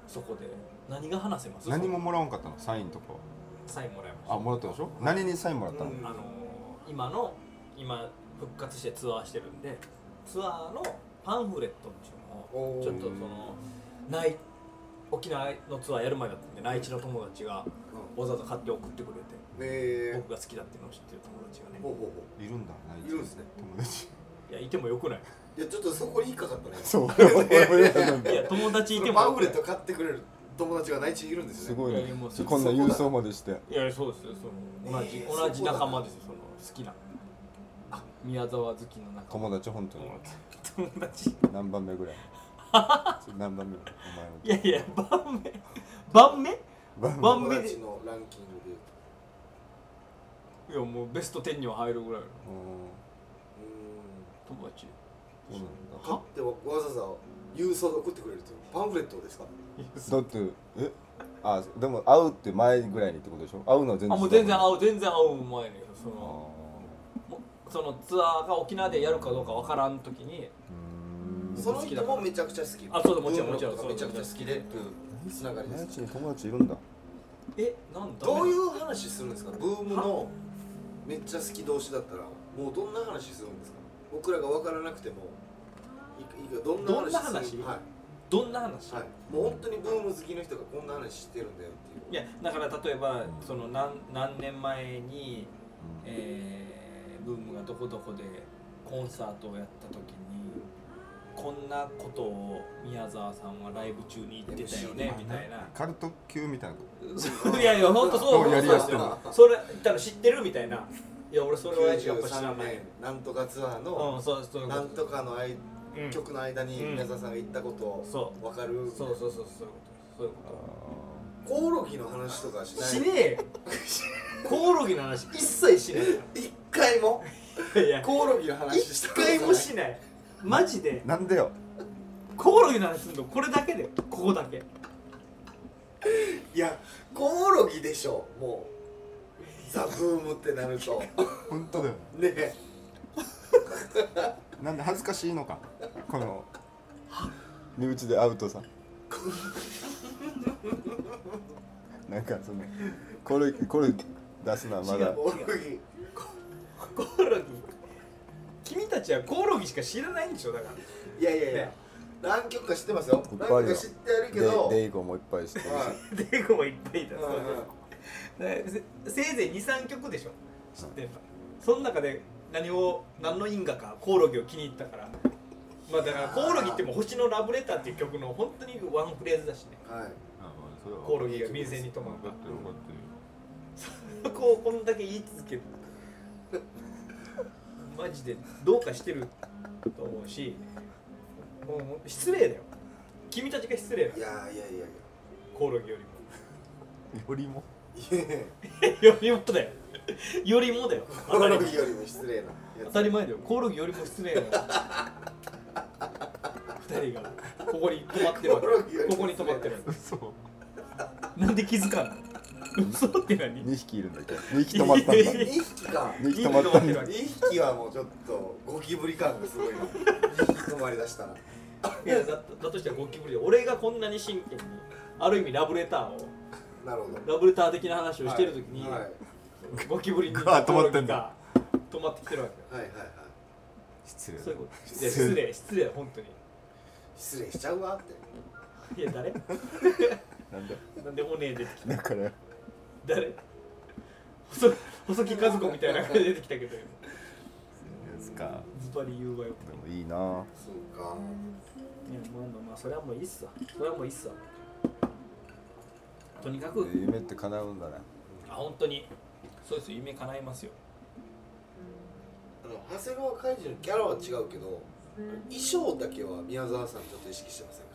[SPEAKER 2] そこで何が話せます
[SPEAKER 4] 何ももらわんかったのサインとかは
[SPEAKER 2] サインもらいました
[SPEAKER 4] あもらったでしょ何にサインもらったの、
[SPEAKER 1] うん
[SPEAKER 2] あのー今の今復活してツアーしてるんでツアーのパンフレットっていうの
[SPEAKER 1] お
[SPEAKER 2] を
[SPEAKER 1] ー
[SPEAKER 2] ちょっとその内沖縄のツアーやる前だったんで内地の友達がわざわざ買って送ってくれて
[SPEAKER 1] ねえ
[SPEAKER 2] 僕が好きだっていうのを知ってる友達がね
[SPEAKER 1] ほうほうほ
[SPEAKER 4] いるんだ
[SPEAKER 1] ういるんですね
[SPEAKER 4] 友
[SPEAKER 2] <laughs>
[SPEAKER 4] 達
[SPEAKER 2] いやいてもよくない
[SPEAKER 1] いやちょっとそこに引っかかったね
[SPEAKER 4] そう俺も俺も嫌なんだ
[SPEAKER 2] いや友達い
[SPEAKER 1] そ
[SPEAKER 2] て
[SPEAKER 1] の
[SPEAKER 2] も
[SPEAKER 1] パンフ
[SPEAKER 2] よく
[SPEAKER 1] レ
[SPEAKER 2] ない
[SPEAKER 1] ット買ってくれる友達が内地にいるんです
[SPEAKER 4] す
[SPEAKER 1] よね
[SPEAKER 4] ごい
[SPEAKER 2] いやいやも
[SPEAKER 4] ね
[SPEAKER 2] うそ
[SPEAKER 4] こんな郵送までして
[SPEAKER 2] いやそうですよその同じ、
[SPEAKER 1] えー
[SPEAKER 2] 同じ仲間ですよその好きなあ宮沢好きの仲間
[SPEAKER 4] 友達本当に
[SPEAKER 2] 友達
[SPEAKER 4] 何番目ぐ
[SPEAKER 2] <laughs>
[SPEAKER 4] らい何番目
[SPEAKER 2] いやいや番目番目い
[SPEAKER 4] お前の
[SPEAKER 2] 番
[SPEAKER 1] 友
[SPEAKER 2] 目
[SPEAKER 1] 達のランキングで
[SPEAKER 2] やもうベスト10には入るぐらい
[SPEAKER 4] う
[SPEAKER 2] の
[SPEAKER 1] う
[SPEAKER 2] 友達
[SPEAKER 4] んそ
[SPEAKER 1] ー
[SPEAKER 4] う
[SPEAKER 1] ん買ってわざわざ郵送で送ってくれるっていうパンフレットですか
[SPEAKER 4] なんだだってえあでも会うって前ぐらいにってことでしょ会うのは全
[SPEAKER 2] あ
[SPEAKER 4] 然
[SPEAKER 2] もう全然
[SPEAKER 4] う
[SPEAKER 2] 会う全然会う前にそ
[SPEAKER 4] あ
[SPEAKER 2] のそのツアーが沖縄でやるかどうかわからん時に
[SPEAKER 4] ーうーん
[SPEAKER 1] その人もめちゃくちゃ好き
[SPEAKER 2] あそうだもちろんもちろん
[SPEAKER 1] 文楽とかめちゃくちゃ好きでっていうつながりです
[SPEAKER 4] 友達に友達いるんだ
[SPEAKER 2] えなんだ
[SPEAKER 1] どういう話するんですかブームのめっちゃ好き同士だったらもうどんな話するんですか僕らが分からなくてもいいくどんな話
[SPEAKER 2] どんな話
[SPEAKER 1] は
[SPEAKER 2] どんな話、
[SPEAKER 1] い、はい、もう本当にブーム好きの人がこんな話してるんだよっていう
[SPEAKER 2] いやだから例えばその何何年前に、
[SPEAKER 4] うん
[SPEAKER 2] えーブームがどこどこでコンサートをやった時にこんなことを宮沢さんはライブ中に言ってたよねみたいな
[SPEAKER 4] カルト級みたいなこ
[SPEAKER 2] いやいや本当そう
[SPEAKER 4] もうやりやすい
[SPEAKER 2] そうそうそれ言ったら知ってるみたいないや俺それはやっぱ知ら
[SPEAKER 1] 93
[SPEAKER 2] ない
[SPEAKER 1] 年なんとかツアー
[SPEAKER 2] う
[SPEAKER 1] の
[SPEAKER 2] んそうそういうこと
[SPEAKER 1] なんとかの間
[SPEAKER 2] うん
[SPEAKER 1] 曲の間に
[SPEAKER 2] うん
[SPEAKER 1] 宮沢さんが言ったこと
[SPEAKER 2] そ
[SPEAKER 1] を分かる
[SPEAKER 2] そうそうそうそういうことそういう
[SPEAKER 4] と
[SPEAKER 2] こ
[SPEAKER 1] コオロギの話とかし
[SPEAKER 2] と
[SPEAKER 1] ない
[SPEAKER 2] しねえよコオロギの話 <laughs> 一切しないか
[SPEAKER 1] 一回
[SPEAKER 2] <laughs>
[SPEAKER 1] も
[SPEAKER 2] らいや
[SPEAKER 1] コオロギの話し
[SPEAKER 2] 一
[SPEAKER 1] たことない
[SPEAKER 2] 回もしないマジで
[SPEAKER 4] なんでよ
[SPEAKER 2] コオロギの話すんのこれだけでここだけ
[SPEAKER 1] いやコオロギでしょもうザ・ブームってなると
[SPEAKER 2] <laughs>
[SPEAKER 1] ね
[SPEAKER 4] 本当だよ
[SPEAKER 1] え
[SPEAKER 4] なんで恥ずかしいのかこの身内で会うとさなんかそのこれこれ出すのはまだ
[SPEAKER 1] コオロギ
[SPEAKER 2] コオロギ君たちはコオロギしか知らないんでしょだから
[SPEAKER 1] いやいやいや何曲か知ってますよ
[SPEAKER 4] いっぱ
[SPEAKER 1] 何
[SPEAKER 4] いあるよ
[SPEAKER 1] 曲か知ってるけ
[SPEAKER 4] デ
[SPEAKER 1] ど
[SPEAKER 4] デイゴもいっぱいしてるし
[SPEAKER 1] はい
[SPEAKER 2] <laughs> デコもいっぱいいた、
[SPEAKER 1] うんうん
[SPEAKER 2] せせいぜい23曲でしょ知ってんのその中で何を何の因果かコオロギを気に入ったからまあだからコオロギってもう星のラブレターっていう曲の本当にワンフレーズだしね
[SPEAKER 1] はい
[SPEAKER 2] コオロギが水に止まるこうこんだけ言い続けるマジでどうかしてると思うしもうもう失礼だよ君たちが失礼だ
[SPEAKER 1] い
[SPEAKER 2] よ
[SPEAKER 1] やいやいや
[SPEAKER 2] コオロギよりも
[SPEAKER 4] よりも
[SPEAKER 1] いやいや
[SPEAKER 2] よりもだよよりもだよ
[SPEAKER 1] コオロギよりも失礼なや
[SPEAKER 2] 当
[SPEAKER 1] つ
[SPEAKER 2] たり前だよコオロギよりも失礼な二人がここに止まってるわ
[SPEAKER 1] コオロギより
[SPEAKER 2] け
[SPEAKER 1] も
[SPEAKER 2] ここに止まってるわ
[SPEAKER 4] 嘘
[SPEAKER 2] けなんで気づかんの嘘って何
[SPEAKER 4] 2匹いるんだけど2匹止ま <laughs> ったんだ
[SPEAKER 1] 2匹か
[SPEAKER 4] 2匹止まったんだ
[SPEAKER 1] 2匹はもうちょっとゴキブリ感がすごいな2匹止まりだしたら
[SPEAKER 2] いやだだとしたらゴキブリで俺がこんなに真剣にある意味ラブレターを
[SPEAKER 1] なるほど
[SPEAKER 2] ラブレター的な話をしてるときに、
[SPEAKER 1] はいはい
[SPEAKER 2] ゴキブリに
[SPEAKER 4] うわ止まってんだ
[SPEAKER 2] 止まってきてるわけよ
[SPEAKER 1] はいはいはい
[SPEAKER 4] 失
[SPEAKER 2] そうい
[SPEAKER 4] 礼
[SPEAKER 2] うこといや失礼失礼本当に
[SPEAKER 1] 失礼しちゃうわって
[SPEAKER 2] いや
[SPEAKER 4] <laughs>
[SPEAKER 2] 誰
[SPEAKER 4] なんだ
[SPEAKER 2] なんで骨出てきた
[SPEAKER 4] だから
[SPEAKER 2] 誰細細木和子みたいな感じで出てきたけど今
[SPEAKER 4] ですか
[SPEAKER 2] ズバリ言うわよ
[SPEAKER 4] でもいいな
[SPEAKER 1] そうか
[SPEAKER 2] いやまあまあまあそれはもういいっすわそれはもういいっすわとにかく
[SPEAKER 4] 夢って叶うんだね
[SPEAKER 2] あ本当にそうですよ夢叶いますよ
[SPEAKER 1] あの長谷川海二のギャラは違うけど衣装だけは宮沢さんちょっと意識してませんか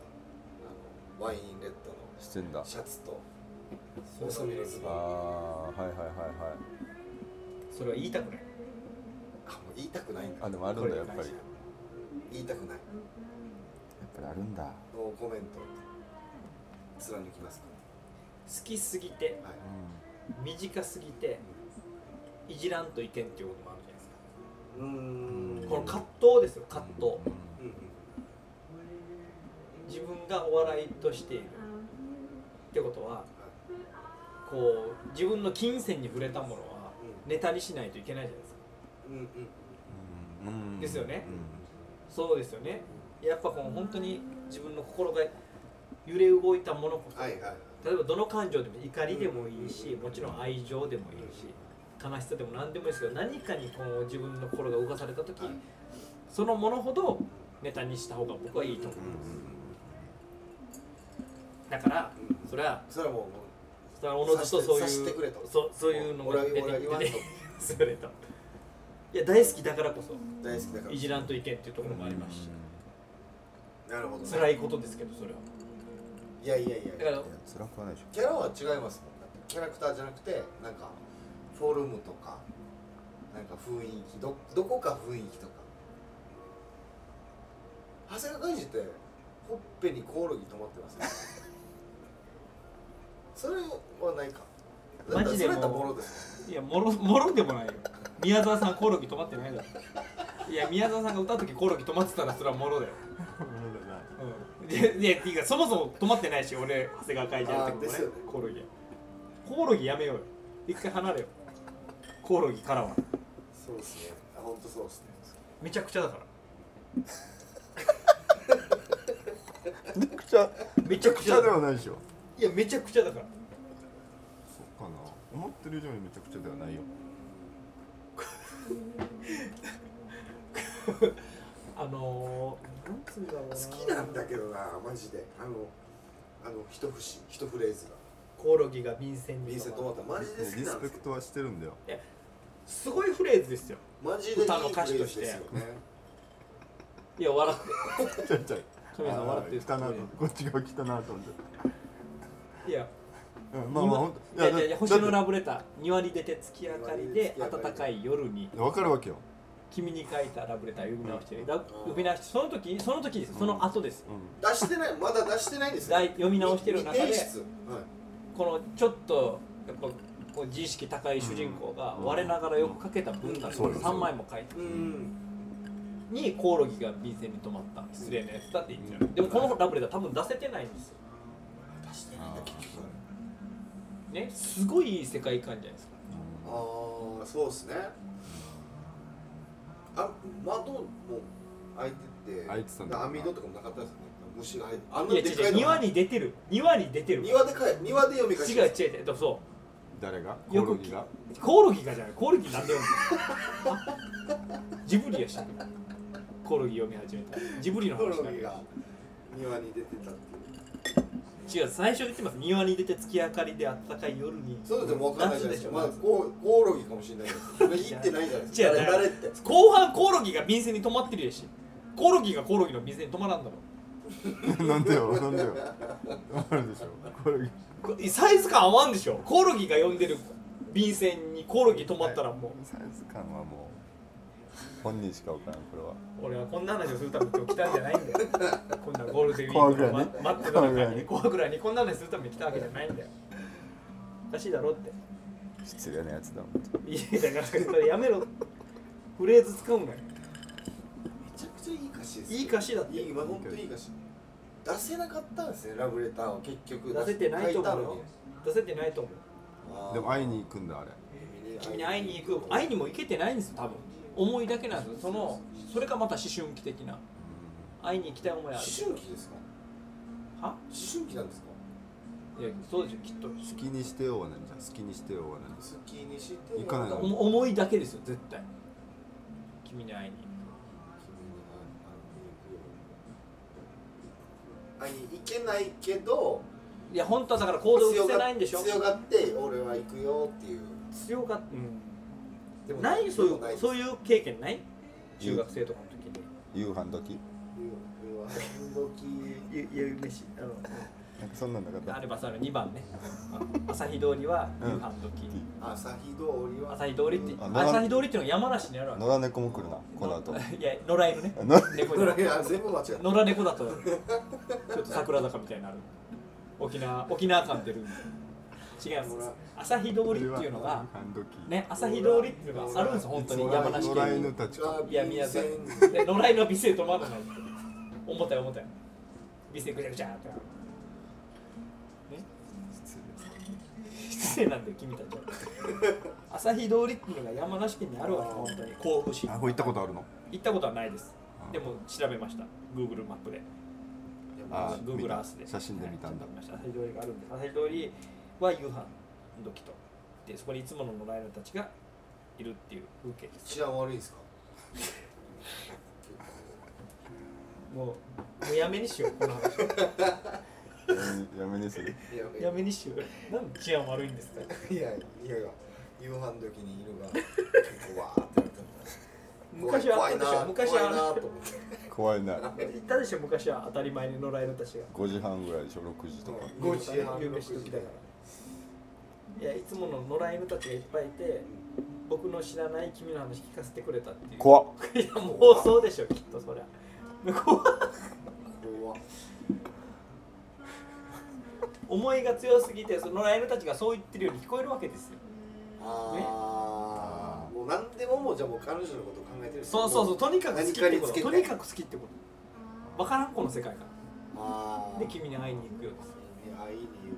[SPEAKER 1] あのワインレッドの
[SPEAKER 4] して <laughs> んだ
[SPEAKER 1] シャツと
[SPEAKER 2] そう
[SPEAKER 1] 細身のズ
[SPEAKER 4] あ
[SPEAKER 1] ボ
[SPEAKER 4] あ
[SPEAKER 1] ン
[SPEAKER 4] はいはいはいはい
[SPEAKER 2] それは言いたくない
[SPEAKER 1] あもう言いたくないんだ
[SPEAKER 4] あでもあるんだやっぱり
[SPEAKER 2] こ
[SPEAKER 4] や
[SPEAKER 2] れ
[SPEAKER 4] っ
[SPEAKER 2] に関
[SPEAKER 1] 言いたくない
[SPEAKER 4] ぱりあるんだ
[SPEAKER 1] のコメント貫きますか
[SPEAKER 2] して好きすぎて
[SPEAKER 1] はい
[SPEAKER 2] 短すぎていじらんといけんっていうこともあるじゃないで
[SPEAKER 1] うー
[SPEAKER 2] すか
[SPEAKER 1] ん
[SPEAKER 2] この葛藤ですよ葛藤
[SPEAKER 1] うんうん
[SPEAKER 2] 自分がお笑いとしているってことはこう自分の金銭に触れたものはネタにしないといけないじゃないですか
[SPEAKER 1] うんうんうん
[SPEAKER 4] うんうん
[SPEAKER 2] ですよね
[SPEAKER 4] うん
[SPEAKER 2] そうですよねやっぱこの本当に自分の心が揺れ動いたものこそ、
[SPEAKER 1] はいはいはい
[SPEAKER 2] 例えばどの感情でも怒りでもいいし、もちろん愛情でもいいし悲しさでも何でもいいですけど何かにこう自分の心が動かされた時、
[SPEAKER 1] はい
[SPEAKER 2] そのものほどネタにした方が僕はいいと思う
[SPEAKER 1] うんうん
[SPEAKER 2] だから
[SPEAKER 1] うん
[SPEAKER 2] それは
[SPEAKER 1] それはもうも
[SPEAKER 2] それはおのずとそう
[SPEAKER 1] 察
[SPEAKER 2] い
[SPEAKER 1] し
[SPEAKER 2] う
[SPEAKER 1] てくれと
[SPEAKER 2] そう
[SPEAKER 1] う
[SPEAKER 2] そういうの
[SPEAKER 1] 俺
[SPEAKER 2] が
[SPEAKER 1] は
[SPEAKER 2] 出て
[SPEAKER 1] 俺は言わんと
[SPEAKER 2] 出 <laughs> てくれといや大好きだからこそ
[SPEAKER 1] 大好きだから
[SPEAKER 2] いじらんといけんっていうところもありますし
[SPEAKER 1] なるほどね
[SPEAKER 2] 辛いことですけどそれはい
[SPEAKER 1] やいやい
[SPEAKER 2] だか
[SPEAKER 1] や
[SPEAKER 2] ら
[SPEAKER 4] いや辛くはないでしょ
[SPEAKER 1] キャラは違いますもんだってキャラクターじゃなくてなんかフォルムとかなんか雰囲気どどこか雰囲気とか長谷川海二ってほっぺにコオロギ止まってますよそれはないかだって
[SPEAKER 2] マジ
[SPEAKER 1] そ
[SPEAKER 2] で
[SPEAKER 1] れや
[SPEAKER 2] もう
[SPEAKER 1] ったらボロです
[SPEAKER 2] いやもろ <laughs> もろでもないよ宮沢さんコオロギ止まってないだろいや宮沢さんが歌う時コオロギ止まってたらそれはもろだよ、うん、いやいやていうかそもそも止まってないし俺長谷川会じゃんってこ
[SPEAKER 1] あー
[SPEAKER 2] と
[SPEAKER 1] です
[SPEAKER 2] ね
[SPEAKER 1] よね
[SPEAKER 2] コオロギはコオロギやめようよ一回離れよコオロギからは
[SPEAKER 1] そうですねあ本当そうですね
[SPEAKER 2] めちゃくちゃだから
[SPEAKER 4] めちゃくちゃ
[SPEAKER 2] め
[SPEAKER 3] め
[SPEAKER 2] ちゃくちゃだ
[SPEAKER 3] で
[SPEAKER 2] から
[SPEAKER 3] はないでしょ
[SPEAKER 2] いやめちゃくちゃだから
[SPEAKER 4] そうかな思ってる以上にめちゃくちゃではないよ
[SPEAKER 2] あのー、なんつうんだろうな
[SPEAKER 1] 好きなんだけどなマジであのあの一節一フレーズが
[SPEAKER 2] コオロギが便箋に
[SPEAKER 1] 便箋止まったマジで好き
[SPEAKER 4] リ
[SPEAKER 1] な
[SPEAKER 4] ス
[SPEAKER 1] んで
[SPEAKER 4] ペ
[SPEAKER 1] すけ
[SPEAKER 4] クト
[SPEAKER 1] ど
[SPEAKER 4] はしてるんだよ
[SPEAKER 2] すごいフレーズですよ
[SPEAKER 1] マジでいいフレ
[SPEAKER 2] 歌の歌
[SPEAKER 1] ー
[SPEAKER 2] 詞
[SPEAKER 1] ズ
[SPEAKER 2] と
[SPEAKER 1] で
[SPEAKER 2] し
[SPEAKER 1] す
[SPEAKER 2] て
[SPEAKER 1] よね
[SPEAKER 2] いや笑って
[SPEAKER 4] ちゃいちゃい
[SPEAKER 2] 神谷さん笑ってる
[SPEAKER 3] 来たなとこっち側来たなと思って
[SPEAKER 2] いや
[SPEAKER 4] うんまあまあほんと
[SPEAKER 2] いやいやい
[SPEAKER 4] だ
[SPEAKER 2] や星の
[SPEAKER 4] だっ
[SPEAKER 2] ラブレター2割出て月明か
[SPEAKER 1] 庭に
[SPEAKER 2] りで
[SPEAKER 1] 出て月明かりで
[SPEAKER 2] 暖かい夜に
[SPEAKER 4] てわかるわけよ
[SPEAKER 2] 君に書いたラブレターを読み直してる、
[SPEAKER 4] うん
[SPEAKER 2] だ読み直してその時その時ですその後です、
[SPEAKER 4] うん
[SPEAKER 1] 出してないまだ出してないですよ
[SPEAKER 2] だい読み直してる中で
[SPEAKER 1] 未提出はい
[SPEAKER 2] このちょっとやっぱこう自意識高い主人公が
[SPEAKER 4] うん
[SPEAKER 2] 我ながらよく書けた文
[SPEAKER 1] う
[SPEAKER 2] が
[SPEAKER 1] ん
[SPEAKER 4] そうです
[SPEAKER 2] 3枚も書いて
[SPEAKER 1] うん
[SPEAKER 2] にコオロギが便箋に止まった失礼なやつだって言っちゃう、でもこのラブレター多分出せてないんですよ
[SPEAKER 1] 出してないんだ結局
[SPEAKER 2] ねすごいいい世界観じゃないですか
[SPEAKER 1] ああそうっすねあ窓も開いてて
[SPEAKER 4] 開いてたんだ
[SPEAKER 1] 網戸とかもなかったですよね虫が入ってあん
[SPEAKER 2] いや違う違う庭に出てる庭に出てる違う
[SPEAKER 1] 庭でかい庭で読み返し
[SPEAKER 2] 違う違うでもそ
[SPEAKER 4] 誰が
[SPEAKER 2] うよ
[SPEAKER 4] コオ
[SPEAKER 2] く
[SPEAKER 4] ロギが
[SPEAKER 2] きコオロギがじゃないコオロギなんで読むのジブリやしたコオロギ読み始めたジブリの
[SPEAKER 1] コオ
[SPEAKER 2] 話
[SPEAKER 1] ロ
[SPEAKER 2] だ
[SPEAKER 1] ギ <laughs>
[SPEAKER 2] けど
[SPEAKER 1] が庭に出てたっていう
[SPEAKER 2] 違う最初言ってます庭に出て月明かりで暖かい夜に
[SPEAKER 1] それでも分かんないじゃないで
[SPEAKER 2] 夏ですしょ
[SPEAKER 1] かまあコオコオロギかもしれないけど言ってないじゃないです
[SPEAKER 2] 違
[SPEAKER 1] か
[SPEAKER 2] う
[SPEAKER 1] 誰誰って
[SPEAKER 2] 後半コオロギが便箋に止まってるやしコオロギがコオロギの便箋に止まらんだろ
[SPEAKER 4] なんでよなんでよわかるでしょコオロギ
[SPEAKER 2] こサイズ感合わんでしょコオロギが読んでる便箋にコオロギ止まったらもう
[SPEAKER 4] サイズ感はもう本人しか分からんこれは
[SPEAKER 2] 俺はこんな話をするために今日来たんじゃないんだ <laughs> よこんなゴールデンウィークのま待ってた
[SPEAKER 4] 怖いぐ
[SPEAKER 2] 中
[SPEAKER 4] らい
[SPEAKER 2] に
[SPEAKER 4] に
[SPEAKER 2] 怖くらいにこんな話するために来たわけじゃないんだよおかしいだろって
[SPEAKER 4] 失礼なやつだもん
[SPEAKER 2] いやだからそれやめろフレーズ使うなよ
[SPEAKER 1] めちゃくちゃいい歌詞ですよ
[SPEAKER 2] いい歌詞だって
[SPEAKER 1] いいまあ本当いい歌詞出せなかったんですねラブレターを結局
[SPEAKER 2] 出せてないと思うよ出せてないと思う
[SPEAKER 4] でも会いに行くんだあれ
[SPEAKER 2] 君に会いに行く会いにも行けてないんですよ多分思いだけなんですよそのそれがまた思春期的な会いに行きたい思いある
[SPEAKER 1] 思春期ですか
[SPEAKER 2] は
[SPEAKER 1] 思春期なんですか
[SPEAKER 2] いやそうですよきっと
[SPEAKER 4] 好きにしてようはないじゃん好きにしてようはないです
[SPEAKER 1] 好きにして
[SPEAKER 4] 行かないの
[SPEAKER 2] おも思いだけですよ絶対君に会いに
[SPEAKER 1] 会いに行けないけど
[SPEAKER 2] いや本当はだから行動してないんでしょ
[SPEAKER 1] 強がって俺は行くよっていう
[SPEAKER 2] 強かった、
[SPEAKER 1] でも
[SPEAKER 2] ないそういう
[SPEAKER 1] でもないです
[SPEAKER 2] そういう経験ない中学生とかの時に
[SPEAKER 4] 夕飯時
[SPEAKER 1] 動き
[SPEAKER 5] ゆゆう飯あの
[SPEAKER 4] なんかそんなんなかっ
[SPEAKER 2] あ
[SPEAKER 4] た
[SPEAKER 2] ればその2番ねあ朝日通りは夕飯時、
[SPEAKER 1] 朝日通りは
[SPEAKER 2] 朝日通りって
[SPEAKER 4] あ野良
[SPEAKER 2] 朝日通りっていうのが山梨にあるわけ
[SPEAKER 4] 野良猫も来るなこの後
[SPEAKER 2] いや野良犬ね
[SPEAKER 4] 野
[SPEAKER 2] 猫じゃなく
[SPEAKER 1] い
[SPEAKER 2] て
[SPEAKER 1] や全部間違った
[SPEAKER 2] 野良猫だとちょっと桜坂みたいになる沖縄沖縄感出る違います朝日通りっていうのがね朝日通りっていうのがあるんですよ本当に山梨
[SPEAKER 3] 野良
[SPEAKER 2] 県
[SPEAKER 3] 犬
[SPEAKER 2] に
[SPEAKER 3] たち
[SPEAKER 1] あ
[SPEAKER 3] か
[SPEAKER 2] いや宮崎
[SPEAKER 1] 便箋
[SPEAKER 2] で野良犬は店止まらない重たい重たい店ぐちゃぐちゃってなるね失礼なんだよ君たちは朝日通りっていうのが山梨県にあるわけ本当に甲府市
[SPEAKER 3] あこれ行ったことあるの
[SPEAKER 2] 行ったことはないですでも調べました Google マップで
[SPEAKER 4] あー
[SPEAKER 2] Google
[SPEAKER 4] 見た
[SPEAKER 2] Earth で
[SPEAKER 4] 写真で見たんだ
[SPEAKER 2] はいちょっと見ました朝日通りがあるんです朝日通りは夕飯時とでそこにいつもの野良犬たちがいるっていう風景です
[SPEAKER 1] 治安悪いんですか
[SPEAKER 2] もうもうやめにしようこの話
[SPEAKER 4] やめにす
[SPEAKER 2] <laughs>
[SPEAKER 4] る
[SPEAKER 1] いや
[SPEAKER 2] やめにしようなんで治安悪いんですか
[SPEAKER 1] いやいやいや夕飯時に犬が結構わーってなって
[SPEAKER 2] 昔はあったでしょ昔は
[SPEAKER 1] 怖いなと思って
[SPEAKER 4] 怖いな
[SPEAKER 2] 言ったでしょ昔は当たり前に野良犬たちが
[SPEAKER 4] 5時半ぐらいでしょ6時とか
[SPEAKER 1] 5時半
[SPEAKER 2] 夕飯時だからいやいつもの野良犬たちがいっぱいいて僕の知らない君の話聞かせてくれたっていう
[SPEAKER 4] 怖っ
[SPEAKER 2] いや妄想でしょきっとそりゃ怖い
[SPEAKER 1] 怖っ
[SPEAKER 2] 思いが強すぎてその野良犬たちがそう言ってるように聞こえるわけですよ
[SPEAKER 1] あーもう何でももうじゃあもう彼女のことを考えてる
[SPEAKER 2] そうそうそうとにかく好きってこと
[SPEAKER 1] 何か
[SPEAKER 2] と
[SPEAKER 1] につけて
[SPEAKER 2] にかく好きってことわからんこの世界観
[SPEAKER 1] あー
[SPEAKER 2] で君に会いに行くよです
[SPEAKER 1] いやいいに行くよ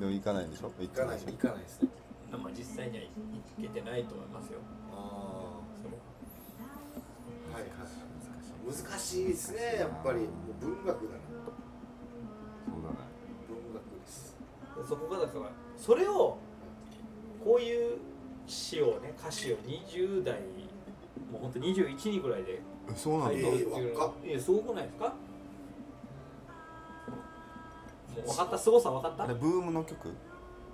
[SPEAKER 4] でも行かないんでしょ行
[SPEAKER 1] 行かない
[SPEAKER 4] でしょ
[SPEAKER 1] 行かないですね
[SPEAKER 2] まあ実際には行けてないと思いますよ
[SPEAKER 1] ああはいはい難しいですねやっぱりもう文学だな
[SPEAKER 4] そうだね
[SPEAKER 1] 文学です
[SPEAKER 2] そこがだからそれをこういう詩をね歌詞を20代もうほんと21人ぐらいで
[SPEAKER 3] えそうな
[SPEAKER 2] 書い
[SPEAKER 3] ん
[SPEAKER 2] て
[SPEAKER 3] だ
[SPEAKER 2] るっていうのは
[SPEAKER 1] 若っ
[SPEAKER 2] いやすごくないですかもう分かったすごさ分かった
[SPEAKER 4] あれブームの曲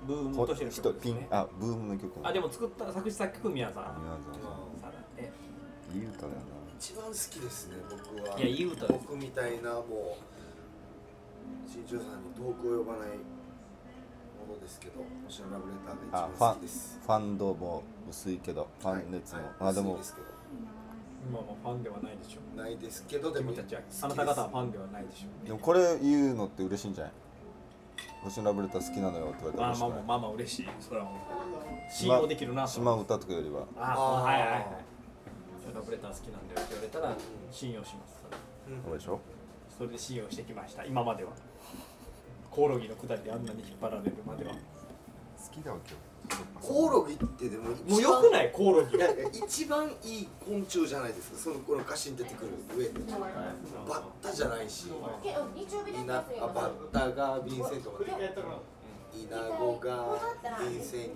[SPEAKER 2] ブーム
[SPEAKER 4] こと
[SPEAKER 2] しての曲
[SPEAKER 4] 人
[SPEAKER 2] です
[SPEAKER 4] ピン
[SPEAKER 2] ね
[SPEAKER 4] あブームの曲
[SPEAKER 2] あでも作った作詞作曲宮さん
[SPEAKER 4] 宮沢
[SPEAKER 1] あー
[SPEAKER 4] さ
[SPEAKER 2] さんね
[SPEAKER 4] んいい歌だよ
[SPEAKER 1] 一番好きですね僕はい
[SPEAKER 2] やいい歌ですよ
[SPEAKER 1] 僕みたいなもう新庄さんに遠く及ばないものですけど星のラブレターが一番好きです
[SPEAKER 4] なファンドも薄いけどファン熱も、
[SPEAKER 1] はい
[SPEAKER 4] あでも
[SPEAKER 1] 薄いですけど
[SPEAKER 2] 今もファンではないでしょ
[SPEAKER 1] ないですけどでも
[SPEAKER 2] 君たちはあなた方はファンではないでしょ
[SPEAKER 4] でもこれ言うのって嬉しいんじゃない星野ラブレター好きなのよって言われた
[SPEAKER 2] ま
[SPEAKER 4] ら嬉しくない
[SPEAKER 2] あまあまあまあまあ嬉しいそれはもう信用できるなと
[SPEAKER 4] 島歌とかよりは
[SPEAKER 2] ああはいはいはいラブレター好きなんだよって言われたら信用します
[SPEAKER 4] そうでしょ
[SPEAKER 2] それで信用してきました今まではコオロギのくだりであんなに引っ張られるまでは
[SPEAKER 3] 好きだわ今日
[SPEAKER 1] コオロギってでも
[SPEAKER 2] もうよくないいコオロギ
[SPEAKER 1] いやいや一番いい昆虫じゃないですかそのこの歌詞に出てくる上でバッタじゃないしイナあバッタがヴィンセントまでイナゴがヴィンセン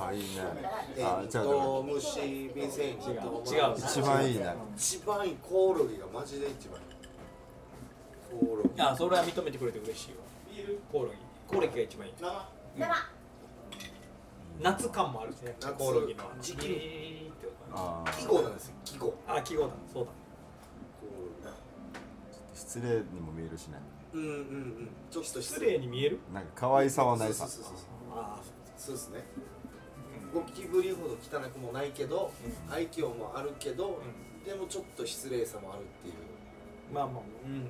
[SPEAKER 3] あいいね
[SPEAKER 1] トテントウムシヴィンセント
[SPEAKER 2] 違う違う
[SPEAKER 4] 一番いいね
[SPEAKER 1] 一番いいコオロギがマジで一番いいコオロギ
[SPEAKER 2] あそれは認めてくれて嬉しいわコオロギコオロギが一番いい夏感もあるしね
[SPEAKER 1] 夏
[SPEAKER 2] コオロギのあの
[SPEAKER 1] 時期
[SPEAKER 2] ギーって音が
[SPEAKER 4] ああ
[SPEAKER 1] 季語なんですよ季語
[SPEAKER 2] あ季語だそうだ
[SPEAKER 1] コオロ
[SPEAKER 4] 失礼にも見えるしね
[SPEAKER 1] ギうんうんうんちょっと
[SPEAKER 2] 失礼に見える
[SPEAKER 4] なんか可愛さはないさ
[SPEAKER 1] そうそうそうそう
[SPEAKER 2] ああ
[SPEAKER 1] そうですねゴキブリほど汚くもないけど、愛嬌もあるけど、でもちょっと失礼さもあるっていう
[SPEAKER 2] まあまあうんうん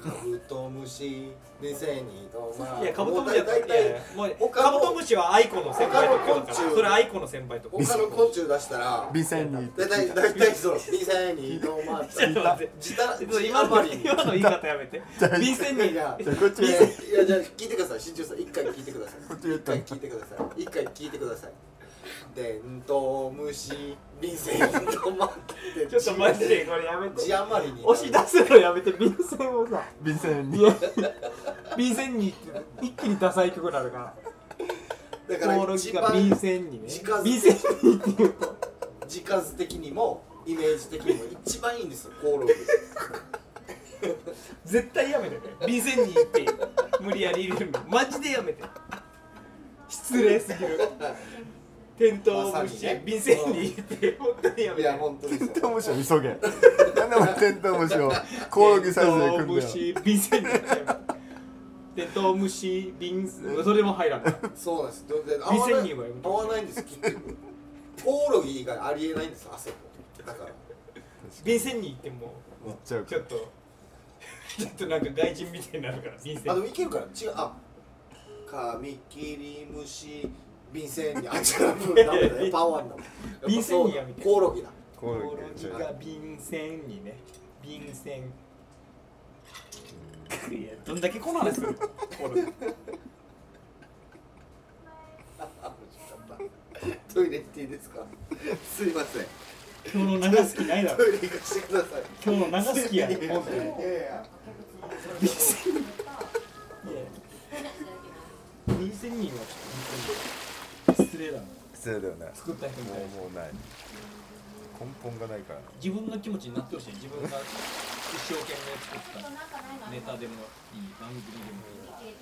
[SPEAKER 1] カブトムシ店にとまあ
[SPEAKER 2] いやカブトムシは
[SPEAKER 1] 大
[SPEAKER 2] いやいや
[SPEAKER 1] 体
[SPEAKER 2] もう
[SPEAKER 1] 他
[SPEAKER 2] カ
[SPEAKER 1] の
[SPEAKER 2] ブトムシは愛子の先輩とかだ
[SPEAKER 1] 他
[SPEAKER 2] から
[SPEAKER 1] の昆虫
[SPEAKER 2] それ愛子の先輩とか
[SPEAKER 1] 他の昆虫出したら
[SPEAKER 3] ビセンに
[SPEAKER 1] 大体大体その店にとまあ
[SPEAKER 2] ちょっと待って
[SPEAKER 1] 自他
[SPEAKER 2] ちょっと
[SPEAKER 1] 自
[SPEAKER 2] 今
[SPEAKER 1] あま
[SPEAKER 2] の
[SPEAKER 1] りに
[SPEAKER 2] 今の言い方やめて便箋
[SPEAKER 1] い
[SPEAKER 2] に
[SPEAKER 1] や
[SPEAKER 3] こっち
[SPEAKER 1] いやいやじゃあ聞いてください新庄さん一回聞いてください
[SPEAKER 3] っち言
[SPEAKER 1] 一
[SPEAKER 3] った
[SPEAKER 1] 回聞いてください一回聞いてください伝統虫便箋にとまって
[SPEAKER 2] ちょっとマジでこれやめて
[SPEAKER 1] 字余りに
[SPEAKER 2] 押し出すのやめて便箋をさ
[SPEAKER 3] ビセン
[SPEAKER 2] い
[SPEAKER 3] に
[SPEAKER 2] や便箋にって一気にダサい曲になるから
[SPEAKER 1] だか
[SPEAKER 2] コオ
[SPEAKER 1] ら
[SPEAKER 2] ロ
[SPEAKER 1] 一
[SPEAKER 2] ギが便
[SPEAKER 1] 番
[SPEAKER 2] 箋にね
[SPEAKER 1] 近づいて
[SPEAKER 2] 便箋にっていうと
[SPEAKER 1] 字数的にもイメージ的にも一番いいんですよコオロギ
[SPEAKER 2] 絶対やめてね便箋にって無理やり入れるのマジでやめて失礼すぎるテントウム
[SPEAKER 1] ま
[SPEAKER 2] シ
[SPEAKER 1] さにね
[SPEAKER 2] 便箋に入れて本当にや
[SPEAKER 1] い
[SPEAKER 2] めて
[SPEAKER 1] や本当です
[SPEAKER 3] テ
[SPEAKER 1] よ
[SPEAKER 3] ントウムシを急げなんでお前テントウムシをコオロギサイズ
[SPEAKER 2] テ
[SPEAKER 3] で
[SPEAKER 2] ント
[SPEAKER 3] 組ん
[SPEAKER 2] ウ
[SPEAKER 3] だ
[SPEAKER 2] ム
[SPEAKER 3] よ
[SPEAKER 2] シ便箋に入れてテントウムシ便それも入らない
[SPEAKER 1] そうなんですどで合わ
[SPEAKER 2] 2000
[SPEAKER 1] ない
[SPEAKER 2] 人はやめた
[SPEAKER 1] 合わないんです結局コオロギ以外ありえないんです汗もだから
[SPEAKER 2] 便箋に行っても
[SPEAKER 3] 行っちゃうか
[SPEAKER 2] ちょっとちょっとなんか外人みたいになるから便
[SPEAKER 1] あ
[SPEAKER 2] 箋
[SPEAKER 1] で
[SPEAKER 2] に
[SPEAKER 1] もいけるから違うあカミキリムシ便箋にあ違うもうダメ
[SPEAKER 2] <laughs>
[SPEAKER 1] だよパワーなんだもん
[SPEAKER 2] 便箋に
[SPEAKER 1] や
[SPEAKER 2] や
[SPEAKER 1] っぱそうだ
[SPEAKER 2] めて
[SPEAKER 1] コオロギだ
[SPEAKER 3] コオロギ
[SPEAKER 2] コオロギが便箋にね便箋いやどんだけこの話するコオロギ
[SPEAKER 1] あ面白かったトイレ行っていいですか <laughs> すいません
[SPEAKER 2] 今日の長好きないだろ
[SPEAKER 1] トイレ行かせてください
[SPEAKER 2] 今日の長好きやね本当に
[SPEAKER 1] いやいや
[SPEAKER 2] 2000人は本当に失礼だな
[SPEAKER 3] 失礼だよね
[SPEAKER 2] 作った人に対して
[SPEAKER 3] もうもうない根本がないから
[SPEAKER 2] 自分の気持ちになってほしい自分が一生懸命作ったネタでもいい番組でもいい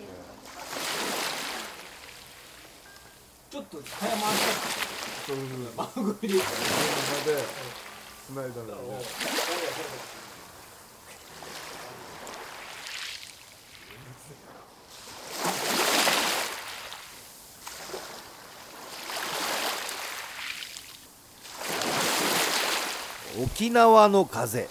[SPEAKER 2] ちょっと早回し
[SPEAKER 3] そういうの
[SPEAKER 2] だった番組で言うか
[SPEAKER 3] まで繋いだの
[SPEAKER 2] ら
[SPEAKER 3] ね
[SPEAKER 1] 沖縄の風